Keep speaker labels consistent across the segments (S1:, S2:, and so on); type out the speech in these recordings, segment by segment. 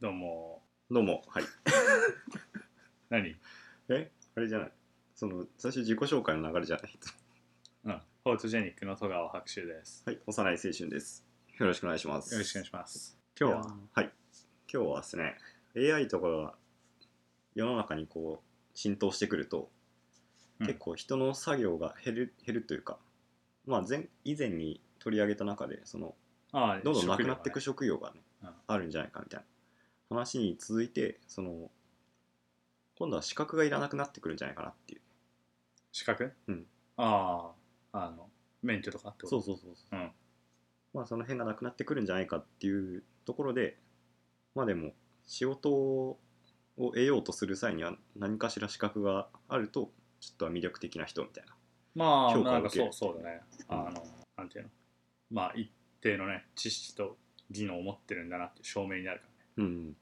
S1: どうも
S2: どうも、はい。
S1: 何
S2: えあれじゃないその、最初自己紹介の流れじゃない
S1: うんフォートジェニックの戸川博修です
S2: はい、幼い青春です。よろしくお願いします。
S1: よろしくお願いします
S2: 今日
S1: いや
S2: は、はい。今日はですね、AI とかが世の中にこう、浸透してくると、
S1: うん
S2: 結構人の作業が減る、減るというか、まあ前、以前に取り上げた中で、その、
S1: ああ
S2: どんどんな
S1: 食
S2: くな
S1: 料がね
S2: っていく職業がね、
S1: うん
S2: あるんじゃないかみたいな話に続いて、その、今度は資格がいらなくなってくるんじゃないかなっていう。
S1: 資格
S2: うん
S1: あああの免許とかってこと
S2: そううそうそうそう、
S1: うん
S2: まあその辺がなくなってくるんじゃないかっていうところでまあでも仕事を得ようとする際には何かしら資格があるとちょっとは魅力的な人みたいな
S1: まあ
S2: 評価を
S1: なんか
S2: 受け
S1: そう
S2: る
S1: そうだねあ
S2: うん
S1: の、なんていうのまあ一定のね知識と技能を持ってるんだなっていう証明になるからね
S2: うん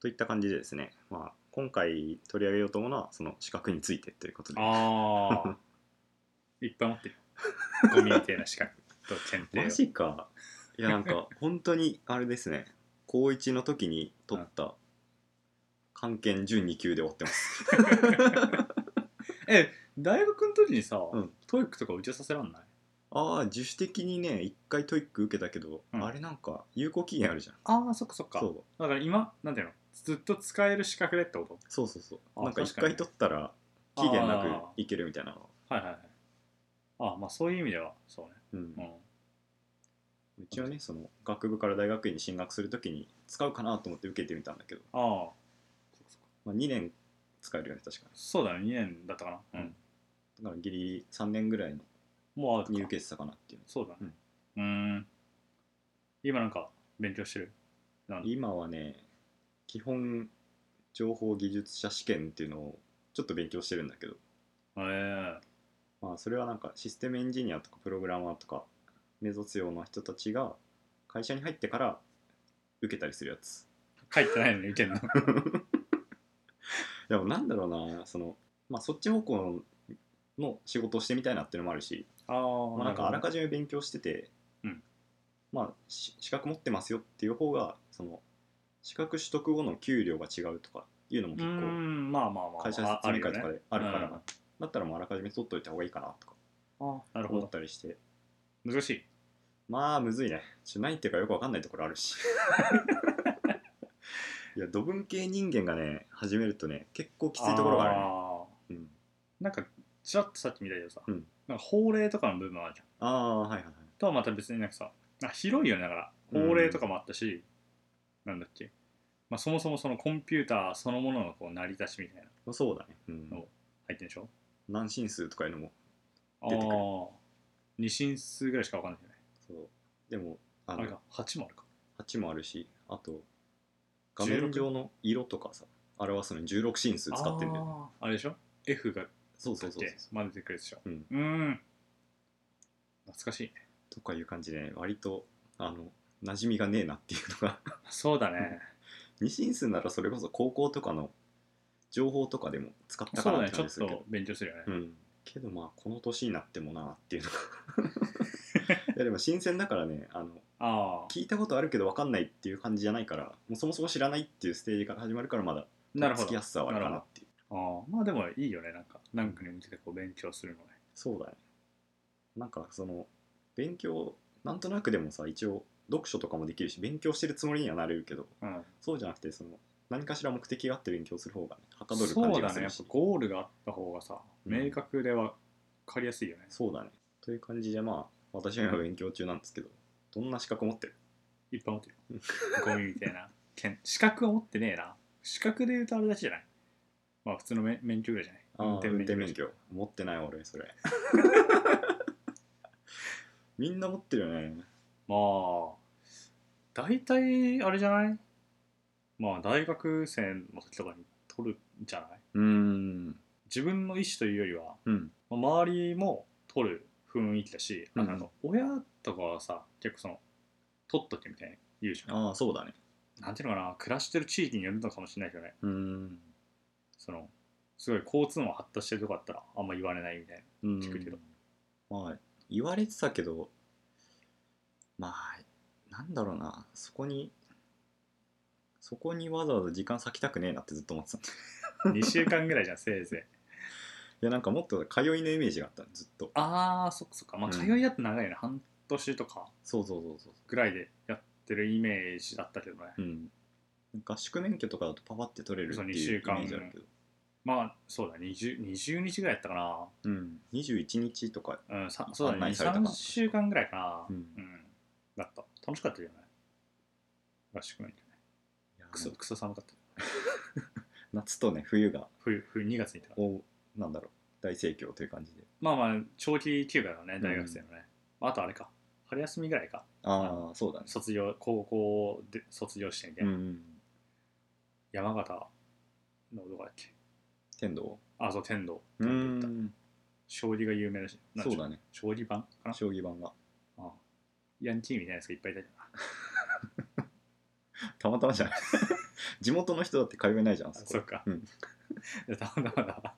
S2: といった感じでですね、まあ、今回取り上げようと思うのはその資格についてということで
S1: ああ いっぱい持ってるよゴミみたいな資格と検定を
S2: マジかいやなんか本当にあれですね高1の時に取った漢検準2級で終わってます
S1: え大学の時にさ、
S2: うん
S1: トイックとか受けさせらんない
S2: ああ自主的にね一回トイック受けたけど、
S1: うん
S2: あれなんか有効期限あるじゃん
S1: ああそっかそっか
S2: そう
S1: だから今なんていうのずっと使える資格でってこと
S2: そうそうそ
S1: あ
S2: うなんか一
S1: 確かにね
S2: 回取ったら期限な
S1: あ
S2: くいけるみたいなの
S1: はいはいはいああまあそういう意味ではそうね
S2: うん
S1: うん
S2: うちはねその学部から大学院に進学するときに使うかなと思って受けてみたんだけど、
S1: ああそっかそっか
S2: まあ、2年使えるよね確か
S1: そうだね2年だったかなう
S2: うんんにだからギリギリ3年ぐらい
S1: もうアウトか
S2: に受けてたかなっていう
S1: そうだねうーん今なんか勉強してるなん
S2: 今はね基本情報技術者試験っていうのをちょっと勉強してるんだけど
S1: ええ
S2: まあ、それはなんかシステムエンジニアとかプログラマーとか目指すような人たちが会社に入ってから受けたりするやつ
S1: 書いてないのに受け るの
S2: でもなんだろうなその、まあ、そっち方向の仕事をしてみたいなっていうのもあるし、
S1: あ
S2: まあ、なんかあらかじめ勉強してて、
S1: うん
S2: まあし資格持ってますよっていう方がその資格取得後の給料が違うとかいうのも
S1: うー
S2: 結構
S1: んまあまあまあ
S2: 会社
S1: あある
S2: 説明
S1: よ
S2: 会と
S1: ね
S2: かであるから、
S1: うん
S2: だったらもうあらかじめ取っといた方がいいかなとか
S1: ああなるほ
S2: 思っ
S1: ど
S2: たりして
S1: 難しい
S2: まあむずいねちょ何言ってるかよくわかんないところあ るしいや土文系人間がね始めるとね結構きついところがあるね
S1: あ
S2: うん
S1: ーなんかちらっとさっき見たけどさ、
S2: うん
S1: なんか法令とかの部分あるじゃん
S2: ああはいはいはい
S1: とはまた別になんかさあ広いよねだから
S2: うん
S1: 法令とかもあったし、なんだっけ、まあ、そもそもそのコンピューターそのもののこう成り立ちみたいなの
S2: まあそうだね、うん
S1: お、入ってるでしょ
S2: 何進数とかいうのも
S1: あ
S2: 出てくる
S1: あ二進数ぐらいしか分かんないよね
S2: そうでもあ
S1: あ
S2: の
S1: れが8もあるか
S2: 8もあるしあと画面上の色とかさ表すのに16進数使ってるんだよね
S1: あーあれでしょ F が
S2: そう
S1: そ
S2: そうう
S1: そ
S2: そう
S1: う
S2: そう
S1: まで出てくるでしょ
S2: うん
S1: うーん懐かしいね
S2: とかいう感じで、ね、割とあの馴染みがねえなっていうのが
S1: そうだね
S2: 二進数ならそれこそ高校とかの情報とかでも使っ
S1: そ
S2: たか
S1: うだ
S2: な
S1: ね
S2: って
S1: ちょ
S2: 感
S1: っ
S2: じするけど
S1: と勉強するよね、
S2: うん、けどまあこの年になってもなっていうのが いやでも新鮮だからねあの
S1: ああ
S2: 聞いたことあるけど分かんないっていう感じじゃないからもうそもそも知らないっていうステージから始まるからまだ
S1: なるほ
S2: つき
S1: ど
S2: やすさはあるかなっていう
S1: ああまあでもいいよねなんかなんかに向けてこう勉強するのね
S2: そうだねなんかその勉強なんとなくでもさ一応読書とかもできるし勉強してるつもりにはなれるけど
S1: うん
S2: そうじゃなくてその何かしら目的があって勉強する方がねはかどる感
S1: そ
S2: じ
S1: うだ
S2: がす
S1: ねや
S2: る
S1: っ
S2: し
S1: ぱゴールがあった方がさ、
S2: うん
S1: 明確でわかりやすいよね
S2: そうだね。という感じで、まあ、私は今勉強中なんですけど、どんな資格持ってる
S1: いっぱい持ってる
S2: うん
S1: ゴミみたいなけん資格は持ってねえな資格で言うとあれだけじゃないまあ普通の免免許ぐらいじゃない
S2: 運転
S1: ぐらい
S2: 免許。持ってない俺、 それ。みんな持ってるよね。
S1: まあ大体あれじゃないまあ大学生の時とかに取るんじゃない
S2: うん。
S1: 自分の意思というよりは
S2: うん。
S1: まあ周りも取る雰囲気だし、あ
S2: うん
S1: あの親とかはさ結構その取っとけみたいに言うじゃん
S2: ああ、そうだね。
S1: なんていうのかな暮らしてる地域によるのかもしれないけどね
S2: うん。
S1: そのすごい交通網発達してるとこだったらあんま言われないみたいな
S2: うん
S1: 聞くけど
S2: まあ、言われてたけど、まあ、なんだろうな、そこに、そこにわざわざ時間割きたくねえなってずっと思ってたんだ
S1: 2週間ぐらいじゃんせいぜい
S2: いやなんかもっと通いのイメージがあったずっと
S1: ああそっかそっかまあ
S2: うん
S1: 通いだって長いよね、半年とか
S2: そうそうそうそう
S1: ぐらいでやってるイメージだったけどね、
S2: うん、合宿免許とかだとパパって取れるって
S1: そう二
S2: いう
S1: 週
S2: イメ
S1: 間
S2: ージあるけど、
S1: まあそうだ 20, 20日ぐらいやったか
S2: うん、21日とか、
S1: なうんさそうだね
S2: 案内されたか
S1: 23週間ぐらいかな
S2: うん
S1: うん、だった楽しかったよね合宿なんだよねクソ
S2: もう
S1: クソ寒かった
S2: 夏とね冬が
S1: 冬冬2月に行ったから
S2: こうなんだろう大盛況という感じで
S1: まあまあ長期休暇だね大学生のね、まああとあれか春休みぐらいか
S2: ああそうだね
S1: 卒業高校で卒業してみて、
S2: うんうん
S1: 山形のどこだっけ
S2: 天童
S1: あそう天童
S2: う
S1: 天童行った
S2: ん
S1: 将棋が有名だしなん
S2: そ
S1: で
S2: う
S1: しょ
S2: だね
S1: 将棋盤かな
S2: 将棋盤が
S1: あヤンキーみたいなやつがいっぱいいたじゃん
S2: たまたまじゃない 地元の人だって通えないじゃん
S1: あ
S2: そこ
S1: そっか、
S2: うん
S1: いや たまたまだ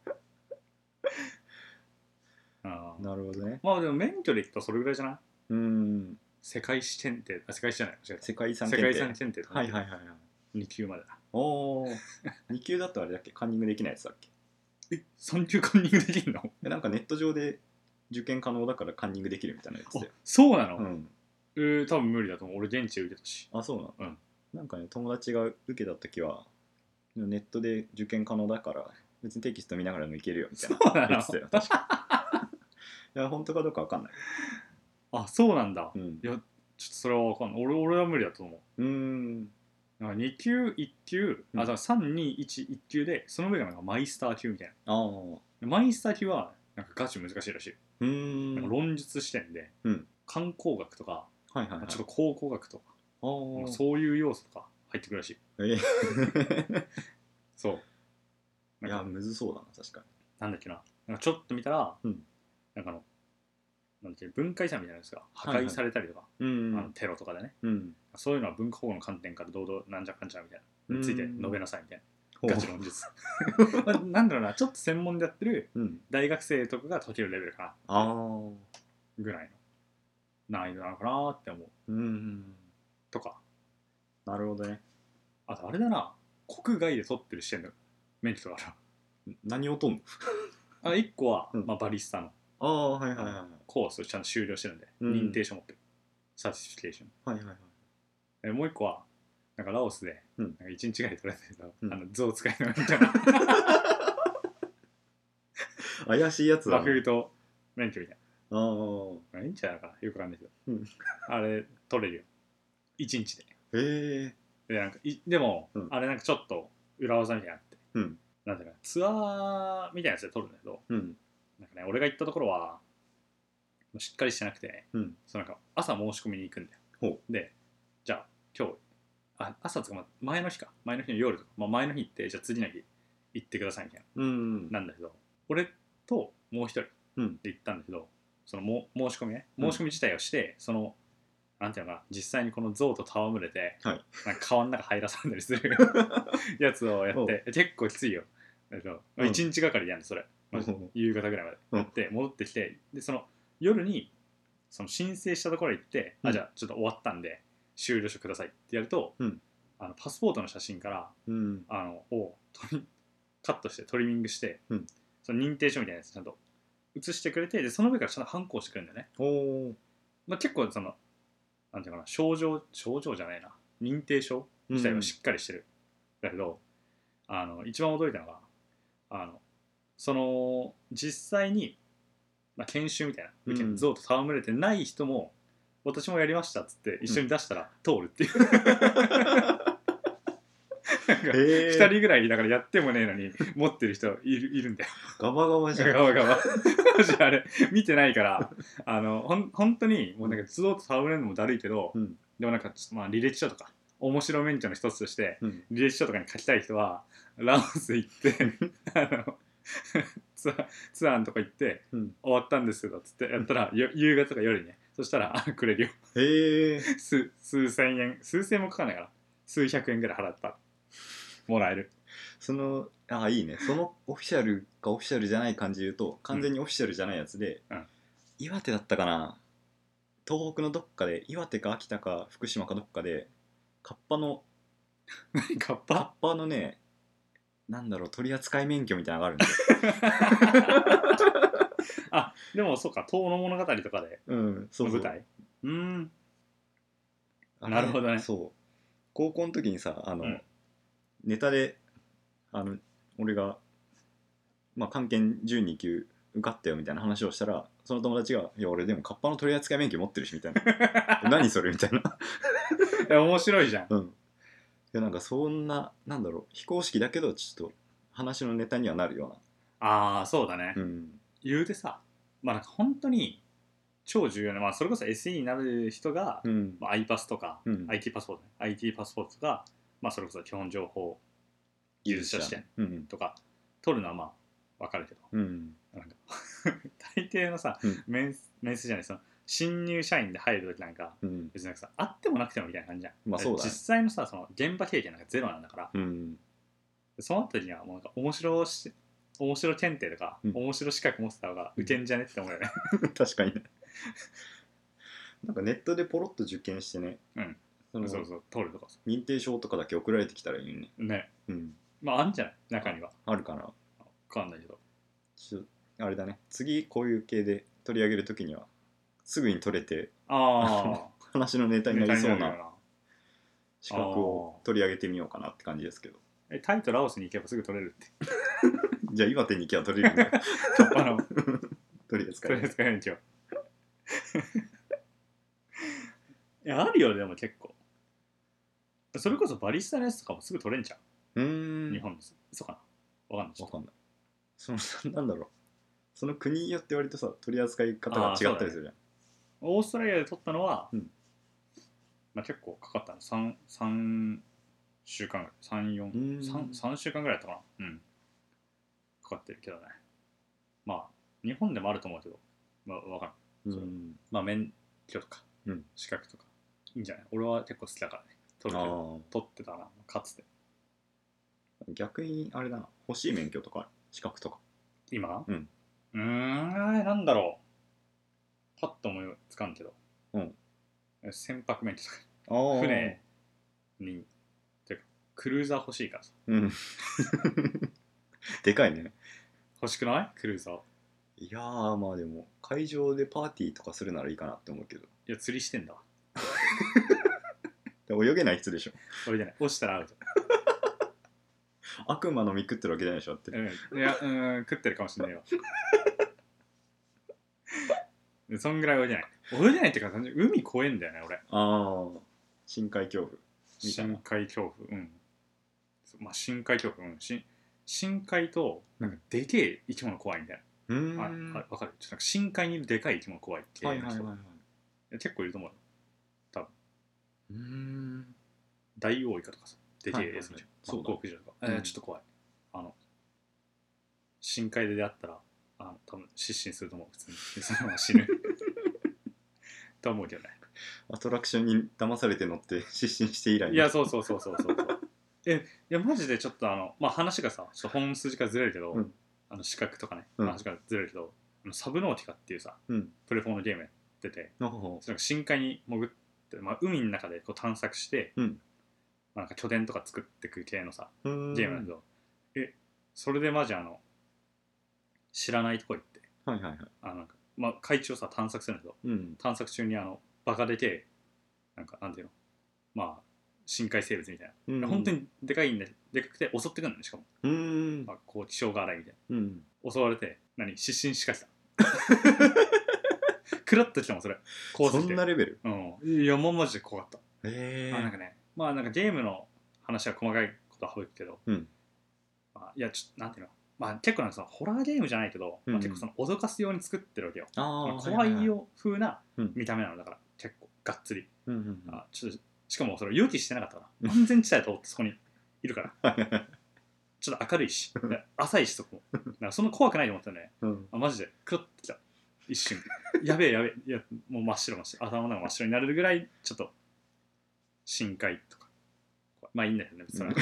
S1: あー
S2: なるほどね
S1: まあでも免許で言ったらそれぐらいじゃない
S2: うん
S1: 世界史検定あ世界史じゃない間違えた
S2: 世界遺産
S1: 世
S2: 検
S1: 界遺
S2: 定
S1: 産検定と
S2: はいはいはいはい
S1: 2級までだ
S2: おお2級だとあれだっけカンニングできないやつだっけ
S1: え3級カンニングできるの
S2: えなんかネット上で受験可能だからカンニングできるみたいなやつ
S1: あ
S2: で
S1: そうなの、
S2: うん
S1: えー、多分無理だと思う俺現地で受けたし
S2: あそうなの、
S1: うん
S2: なんかね友達が受けた時はネットで受験可能だから別にテキスト見ながらでもいけるよみたいな
S1: そうな
S2: 言
S1: の
S2: ってたよ確かいや本当かどうかわかんない
S1: あそうなんだ、
S2: う
S1: ちょっ
S2: ん
S1: やとそれは分かんない俺俺は無理だと思う
S2: うーん
S1: なんか2級1級、
S2: うん
S1: あじゃあ3211級でその上がなんかマイスター級みたいな
S2: ああう
S1: でマイスター級はなんかガチ難しいらしい、
S2: ーん
S1: なんか論述視点で、
S2: うん
S1: 観光学とか、
S2: はいはいはい
S1: ちょっと考古学とか、
S2: あー
S1: そういう要素とか入ってくるらしい
S2: え
S1: そうな
S2: ー いや
S1: んか
S2: むずそうだな確か
S1: なんだっけななんかちょっと見たら、
S2: うん
S1: なんかあのなんだっけ文化遺産みたいなやつが破
S2: はいは
S1: 壊
S2: い
S1: されたりとか、
S2: にう
S1: あのテロとかでね
S2: うん
S1: そういうのは文化保護の観点から堂々なんじゃかんじゃみたいなについて述べなさいみたい
S2: ほう
S1: なガチ論述 まあなんだろうなちょっと専門でやってる
S2: うん
S1: 大学生とかが解けるレベルか
S2: ああ
S1: なぐらいの難易度なのかなって思う
S2: うん
S1: とか
S2: なるほどね
S1: あとあれだな国外で取ってる視点の免許とか
S2: 何をとんの
S1: あるあ1個は、
S2: うん
S1: まあ、バリスタの
S2: ああはいはいはいはい
S1: コースをちゃんと修了してるんで、
S2: うん
S1: 認定証持ってるサーティフィケーション
S2: はいはいはい
S1: えもう1個はなんかラオスで、
S2: うん
S1: なんか1日ぐらい取れたけど、
S2: うん
S1: あの象使いのみ たいな
S2: 怪しいやつだ
S1: 和
S2: な
S1: 風と免許みたいな
S2: ああ
S1: まあいいんじゃないかなよくわかんないけど、
S2: うん
S1: あれ取れるよ1日で
S2: へえ
S1: でなんかいでも、
S2: うん
S1: あれなんかちょっと裏技みたいなのあって、
S2: うん
S1: なんていうかなツアーみたいなやつで取るんだけど
S2: うん
S1: なんかね俺が行ったところはしっかりしてなくて
S2: うん
S1: そのなんか朝申し込みに行くんだよ
S2: ほ
S1: でじゃあ今日あ朝つかまあ前の日か前の日の夜とか、まあ、前の日行ってじゃあ次の日行ってくださいみたいな
S2: うん
S1: なんだけど俺ともう一人
S2: うん
S1: で行ったんだけど、そのも申し込みね
S2: うん
S1: 申し込み自体をして、そのなんていうのかな実際にこの像と戯れて、
S2: はい
S1: なんか川の中入らされたりす るやつをや
S2: お
S1: って結構きついよだけどまあ
S2: うん
S1: 一日がかりでやんのそれ、まあ
S2: ほうほう
S1: 夕方ぐらいまで
S2: うん
S1: やって戻ってきてでその夜にその申請したところへ行って、
S2: う
S1: あ
S2: ん
S1: じゃあちょっと終わったんで終了書くださいってやると、
S2: うん
S1: あのパスポートの写真から
S2: うん
S1: あのをトリカットしてトリミングして、
S2: うん
S1: その認定書みたいなやつちゃんと写してくれてでその上からちゃんと反抗してくれるんだよね、
S2: おお
S1: まあ、結構そのなんていうかな症状症状じゃないな認定書自体はしっかりしてる、だけどあの一番驚いたのがあのその実際に、まあ、研修みたいな受け
S2: うん
S1: 像と戯れてない人も、私もやりましたっつって一緒に出したら通るっていう、なんか
S2: へえ
S1: 2人ぐらいだからやってもねえのに持ってる人いるいるんだよ。
S2: ガバガバじゃ ん
S1: ガバガバ。マジあれ見てないからあのほん本当にもうなんかずっと倒れるのもだるいけど、
S2: うん
S1: でもなんかちょっとまあ履歴書とか面白免許の一つとして
S2: うん
S1: 履歴書とかに書きたい人はラオス行って あのツアーツアーのとこ行って
S2: うん
S1: 終わったんですけどっつってやった ら、よ夕方とか夜にねそしたらあくれるよ
S2: へえ
S1: 数数千円数千円もかかんないから数百円ぐらい払ったもらえる
S2: そのあいいねそのオフィシャルかオフィシャルじゃない感じで言うと完全にオフィシャルじゃないやつで、
S1: うん
S2: 岩手だったかな東北のどっかで岩手か秋田か福島かどっかでカッパの
S1: 何カッ
S2: カッ
S1: パ
S2: パのねなんだろう取扱免許みたいなのがあるんで
S1: あでもそうか「遠の物語」とかで
S2: うんそ
S1: の
S2: うそ
S1: 舞
S2: う
S1: 台うーん
S2: あれ
S1: なるほどね
S2: そう高校の時にさあの、
S1: うん
S2: ネタであの俺がまあ漢検12級受かったよみたいな話をしたらその友達が「いや俺でもカッパの取扱免許持ってるし」みたいな 「何それ」みたいな
S1: え面白いじゃん
S2: うんいやなんかそんななんだろう非公式だけどちょっと話のネタにはなるよ
S1: ああそうだね、
S2: うなうん
S1: 言うてさまあなんか本当に超重要な、まあ、それこそ SE になる人が、
S2: うん
S1: まあ、iPass とか、
S2: うん
S1: IT パスポートね IT パスポートが、まあ、それこそ基本情報技術者視点
S2: うん
S1: とか取るのはまあ分かるけど
S2: うん
S1: なんか大抵のさ、
S2: うん
S1: 面面接じゃないその新入社員で入る時なんか
S2: うん
S1: 別になんかさあってもなくてもみたいな感じじゃん、
S2: まあそうだね
S1: 実際のさその現場経験なんかゼロなんだから
S2: うん
S1: その時にはもうなんか面白し面白検定とか、
S2: うん
S1: 面白資格持ってた方が受けんじゃねって思うよね
S2: 確かにねなんかネットでポロッと受験してね、
S1: うん
S2: そ の
S1: そうそう取るとかさ
S2: 認定証とかだけ送られてきたらいいよね
S1: ね
S2: うん
S1: まああるんじゃない中には
S2: あるかな
S1: 分かんないけど
S2: ちょあれだね次こういう系で取り上げるときにはすぐに取れて
S1: あ
S2: 話のネ
S1: あ
S2: タになりそうな
S1: な
S2: 資格を取り上げてみようかなって感じですけど
S1: えタイとラオスに行けばすぐ取れる って
S2: じゃあ岩手に行けば取れるんだよ
S1: カッパの
S2: 取り扱
S1: そ
S2: い
S1: れですかね今日いやあるよでも結構それこそバリスタのやつとかもすぐ取れんじゃ
S2: うー
S1: ん、
S2: ん
S1: 日本ですそうかなわかんないちょ
S2: わ
S1: っと
S2: かんないその なんだろうその国によって割とさ取り扱い方が違ったりするじゃん
S1: オーストラリアで取ったのは、
S2: うん
S1: まあ、結構かかったの 3, 三週間ぐらい
S2: ーん
S1: 343週間ぐらいだったかなうんかかってるけどねまあ日本でもあると思うけど、まあ、わかんない
S2: うん
S1: そうだまあ免許とか、
S2: うん
S1: 資格とかいいんじゃない俺は結構好きだからね取るけど
S2: あ
S1: 取ってたなかつて
S2: あ逆にあれだな欲しい免許とかある資格とか
S1: 今
S2: うん
S1: うーんなんだろうパッと思いつかんけど、
S2: うん
S1: え船舶免許とか
S2: 船
S1: 船にてかクルーザー欲しいからさ
S2: うん でかいね
S1: 欲しくないクルーザー
S2: いやーまあでも会場でパーティーとかするならいいかなって思うけど
S1: いや釣りしてんだわ
S2: で泳げない人でしょ
S1: 俺じゃない落ちたらアウト、
S2: 悪魔の実食ってるわけじゃないでしょだって
S1: うん、いやうーん食ってるかもしんないわでそんぐらい泳いでない泳いでないっていうか単純に海怖えんだよね俺
S2: ああ深海恐怖みたい
S1: 深
S2: な
S1: 海恐怖うんまあ深海恐怖うんし深海となんかでけえ生き物怖いみたいう
S2: ー
S1: な、あ
S2: ん
S1: あわかるちょっとなんか深海にいるでかい生き物怖いっていう人、
S2: いう
S1: や結構いると思うよ
S2: ーん
S1: ダイオウイカとかさでけえやつみたいな
S2: は
S1: マッ
S2: いはいはい
S1: コウクジラとか、え
S2: うん
S1: ーちょっと怖いあの深海で出会ったらあの多分失神すると思う普通 にでそのまま死ぬと思うけどね
S2: アトラクションに騙されて乗って 失神して以来の
S1: いやそうそうそうそうそう そうえいやマジでちょっとあの、まあ、話がさちょっと本筋からずれるけど、
S2: うん
S1: あの資格とかね、
S2: うん
S1: 話がずれるけどあのサブノーティカっていうさ
S2: うん
S1: プレフォーのゲームやってて
S2: ほうほ
S1: その深海に潜って、まあ、海の中でこう探索して、
S2: うん
S1: まあなんか拠点とか作っていく系のさ
S2: ううーん
S1: ゲームなんだけど、えそれでマジあの知らないとこ行って
S2: はいはいはい
S1: あのなんか、まあ、海中をさ探索するんだけど
S2: うん
S1: 探索中にあのバカでけえなんかなんていうのまあ深海生物みたいな、
S2: うん
S1: 本当にでかいんででかくて襲ってくるのねしかも、
S2: うーん
S1: まあ、こう気性が荒いみたい
S2: うん
S1: な襲われて何失神しかした クラッときたもんそれ怖す
S2: そ
S1: ぎて
S2: んなレベル
S1: うん、いやもうマジで怖かった
S2: へ
S1: あなんかねまあなんかゲームの話は細かいことは省くけど、
S2: うん
S1: まあ、いやちょっとなんていうのまあ結構なんかそのホラーゲームじゃないけど、
S2: うん
S1: まあ、結構その脅かすように作ってるわけよ、
S2: あ
S1: ま
S2: ー
S1: あ怖
S2: はいはは
S1: よ風な
S2: うん
S1: 見た目なのだから、結構がっつり、
S2: うんうんうん
S1: あちょっとしかもそれ予期してなかったから安全地帯通ってそこにいるから ちょっと明るいしで浅いしそこもだからそんな怖くないと思ってたね
S2: うん
S1: あマジでクロッてきた一瞬やべえやべえいやもう真っ白真っ白頭の中真っ白になるぐらいちょっと深海とかまあいいんだけどね別に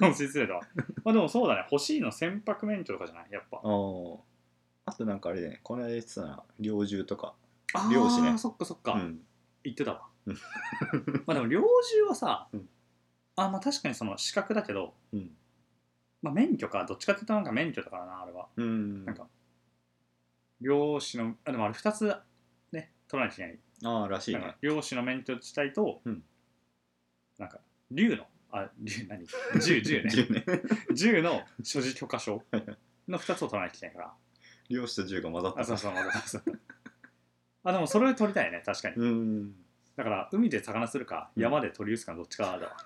S1: 本質ではまあでもそうだね欲しいの船舶免許とかじゃないやっぱ
S2: あーあとなんかあれだよねこの間言ってたな猟銃とか
S1: あー
S2: 漁師ね
S1: そっかそっか、
S2: うん
S1: 言ってたわ
S2: うん
S1: まあでも猟銃はさ、
S2: うん
S1: あまあ確かにその資格だけど、
S2: うん
S1: まあ、免許かどっちかっていうとなんか免許だからなあれは
S2: うん
S1: なんか漁師のあでもあれ2つね取らなきゃいけない
S2: ああらしい
S1: なん
S2: ね
S1: か漁師の免許自体と、
S2: うん
S1: なんか竜のあ竜何銃銃ね
S2: 銃ね
S1: 銃の所持許可証の2つを取らなきゃいけないから
S2: 漁師と銃が混ざった
S1: あそうそうそうそうあでもそれ取りたいね確かに
S2: うん
S1: だから海で魚するか
S2: うん
S1: 山で取り打つかどっちかだわ、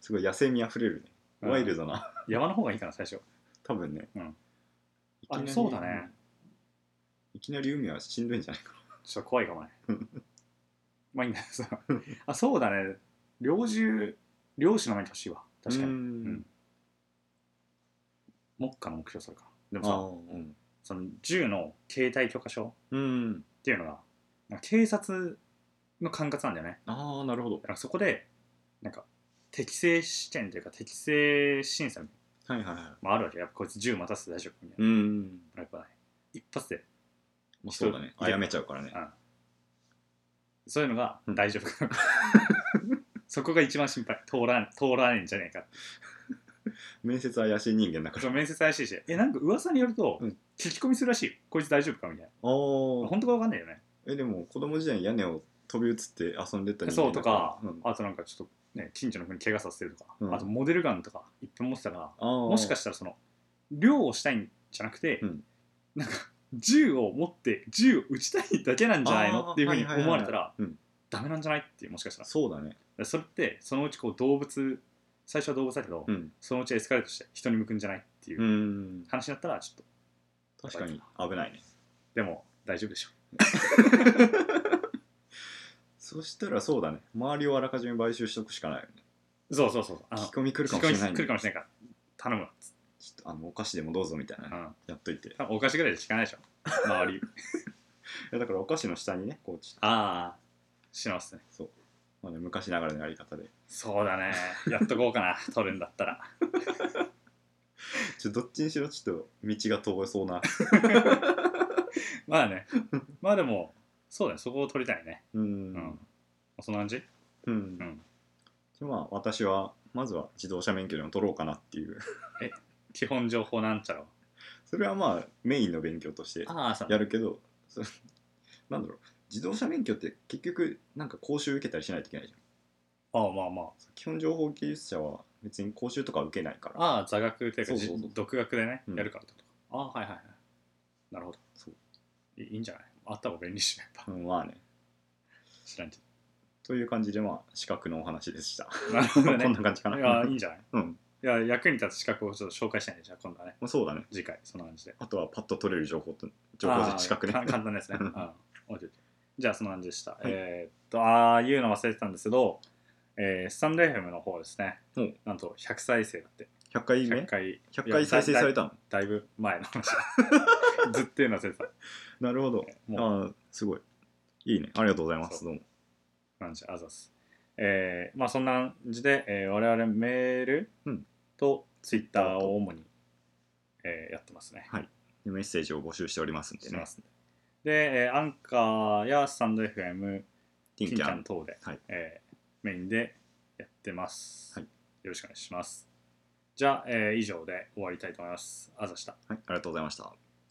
S2: すごい野生味あふれるね
S1: うん
S2: ワイルドな
S1: 山の方がいいかな最初
S2: 多分ね
S1: うん
S2: いき
S1: あ
S2: なり
S1: そうだね
S2: いきなり海はしんどいんじゃないか
S1: ちょっと怖いか もねまあいいんだよそうあそうだね猟銃猟師の前に欲しいわ確かに
S2: に
S1: 目下の目標それかで
S2: あ
S1: も
S2: あ
S1: さ
S2: うん
S1: その銃の携帯許可証
S2: うん
S1: っていうのがなんか警察の管轄なんだよね
S2: ああなるほど
S1: だからそこでなんか適正試験というか適正審査
S2: はいはいは
S1: もあるわけよやっぱこいつ銃持たせて大丈夫かみたい
S2: いうん
S1: な、やっぱね一発で
S2: もうそうだね
S1: 人
S2: あやめちゃうからね
S1: うんそういうのが
S2: うん
S1: 大丈夫か、 そこが一番心配通らん通らないんじゃねえか
S2: 面接怪しい人間だか
S1: そ
S2: らあ
S1: の面接怪しいしえなんか噂によると、
S2: うん
S1: 聞き込みするらしいよこいつ大丈夫かみたいな
S2: あー
S1: 本当か分かんないよね
S2: えでも子供時代に屋根を飛び移って遊んでた人
S1: そう
S2: 間
S1: と
S2: だ、
S1: から
S2: うん
S1: あとなんかちょっと、ね、近所の子に怪我させてるとか、
S2: うん
S1: あとモデルガンとかいっぱい持ってたから、
S2: あー
S1: もしかしたらその漁をしたいんじゃなくて、
S2: うん
S1: なんか銃を持って銃を撃ちたいだけなんじゃないの
S2: あー
S1: っていうふうに
S2: はいはいはい
S1: 思われたら
S2: うん
S1: ダメなんじゃないっていうもしかしたら
S2: そうだね
S1: でそれってそのうちこう動物最初は動物だけど、
S2: うん
S1: そのうちエスカレートして人に向くんじゃないっていううん話になったらちょっと
S2: 確かに危ないね
S1: でも大丈夫でしょ
S2: そしたらそうだね周りをあらかじめ買収しとくしかないよね
S1: そうそうそうそうあの
S2: 聞き込み来るか
S1: 聞
S2: も
S1: き込み
S2: しれない
S1: 来
S2: ん
S1: る
S2: で
S1: かもしれないから頼むわっつって
S2: ちょっとあのお菓子でもどうぞみたいなね、
S1: うん
S2: やっといてい
S1: 多分お菓子ぐらいでしかないでしょ周 り
S2: やだからお菓子の下にねこうち
S1: ああし直すね
S2: まあね、昔ながらのやり方で
S1: そうだねやっとこうかな取るんだったら
S2: ちょどっちにしろちょっと道が遠そうな
S1: まあねまあでもそうだねそこを取りたいね
S2: う
S1: うん、
S2: ん
S1: そんな感じ
S2: うん、
S1: ん
S2: じゃあまあ私はまずは自動車免許でも取ろうかなっていう
S1: 基本情報なんちゃらを
S2: それはまあメインの勉強として
S1: ああそう
S2: やるけどそなんだろう自動車免許って結局なんか講習受けたりしないといけないじゃん
S1: ああまあまあ
S2: 基本情報技術者は別に講習とか受けないから
S1: ああ座学というか
S2: そうそうそう
S1: じ独学でね
S2: うん
S1: やるからってことか、ああはいはいはいなるほど
S2: そう
S1: いいいんじゃないあった方が便利しやっぱ
S2: うんまあね
S1: 知らんけ
S2: という感じでまあ資格のお話でした、
S1: どなるほどね
S2: こんな感じかない
S1: やいいんじゃない
S2: うん
S1: いや役に立つ資格をちょっと紹介したいねじゃあ今度はね
S2: まあ、そうだね
S1: 次回そんな感じで
S2: あとはパッと取れる情報と情報
S1: あー
S2: で資格ね
S1: か簡単ですね。う
S2: うんん
S1: OK じゃあ、その感じでした。
S2: い
S1: えーっと、ああいうの忘れてたんですけど、えースタンド FM の方ですね
S2: うん。
S1: なんと100再生だって。
S2: 100回目
S1: 100回、
S2: 100回再生されたの
S1: だいぶ前の話。ずっというの忘れてた。
S2: なるほど
S1: もう、
S2: ああすごいいいねありがとうございます
S1: そ
S2: どうも
S1: なんじゃ、あざっす。えーまあそんな感じで、えー我々メール
S2: うん
S1: とツイッターを主に、えーやってますね。
S2: でメッセージを募集しておりますんで
S1: して
S2: ね
S1: ますねで、えーアンカーやスタンド FM、金
S2: ティンキ
S1: ちゃ
S2: ャ
S1: ん
S2: ン
S1: 等で、
S2: はい
S1: えーメインでやってます、
S2: はい
S1: よろしくお願いしますじゃあ、えー以上で終わりたいと思いますあざした
S2: はいありがとうございました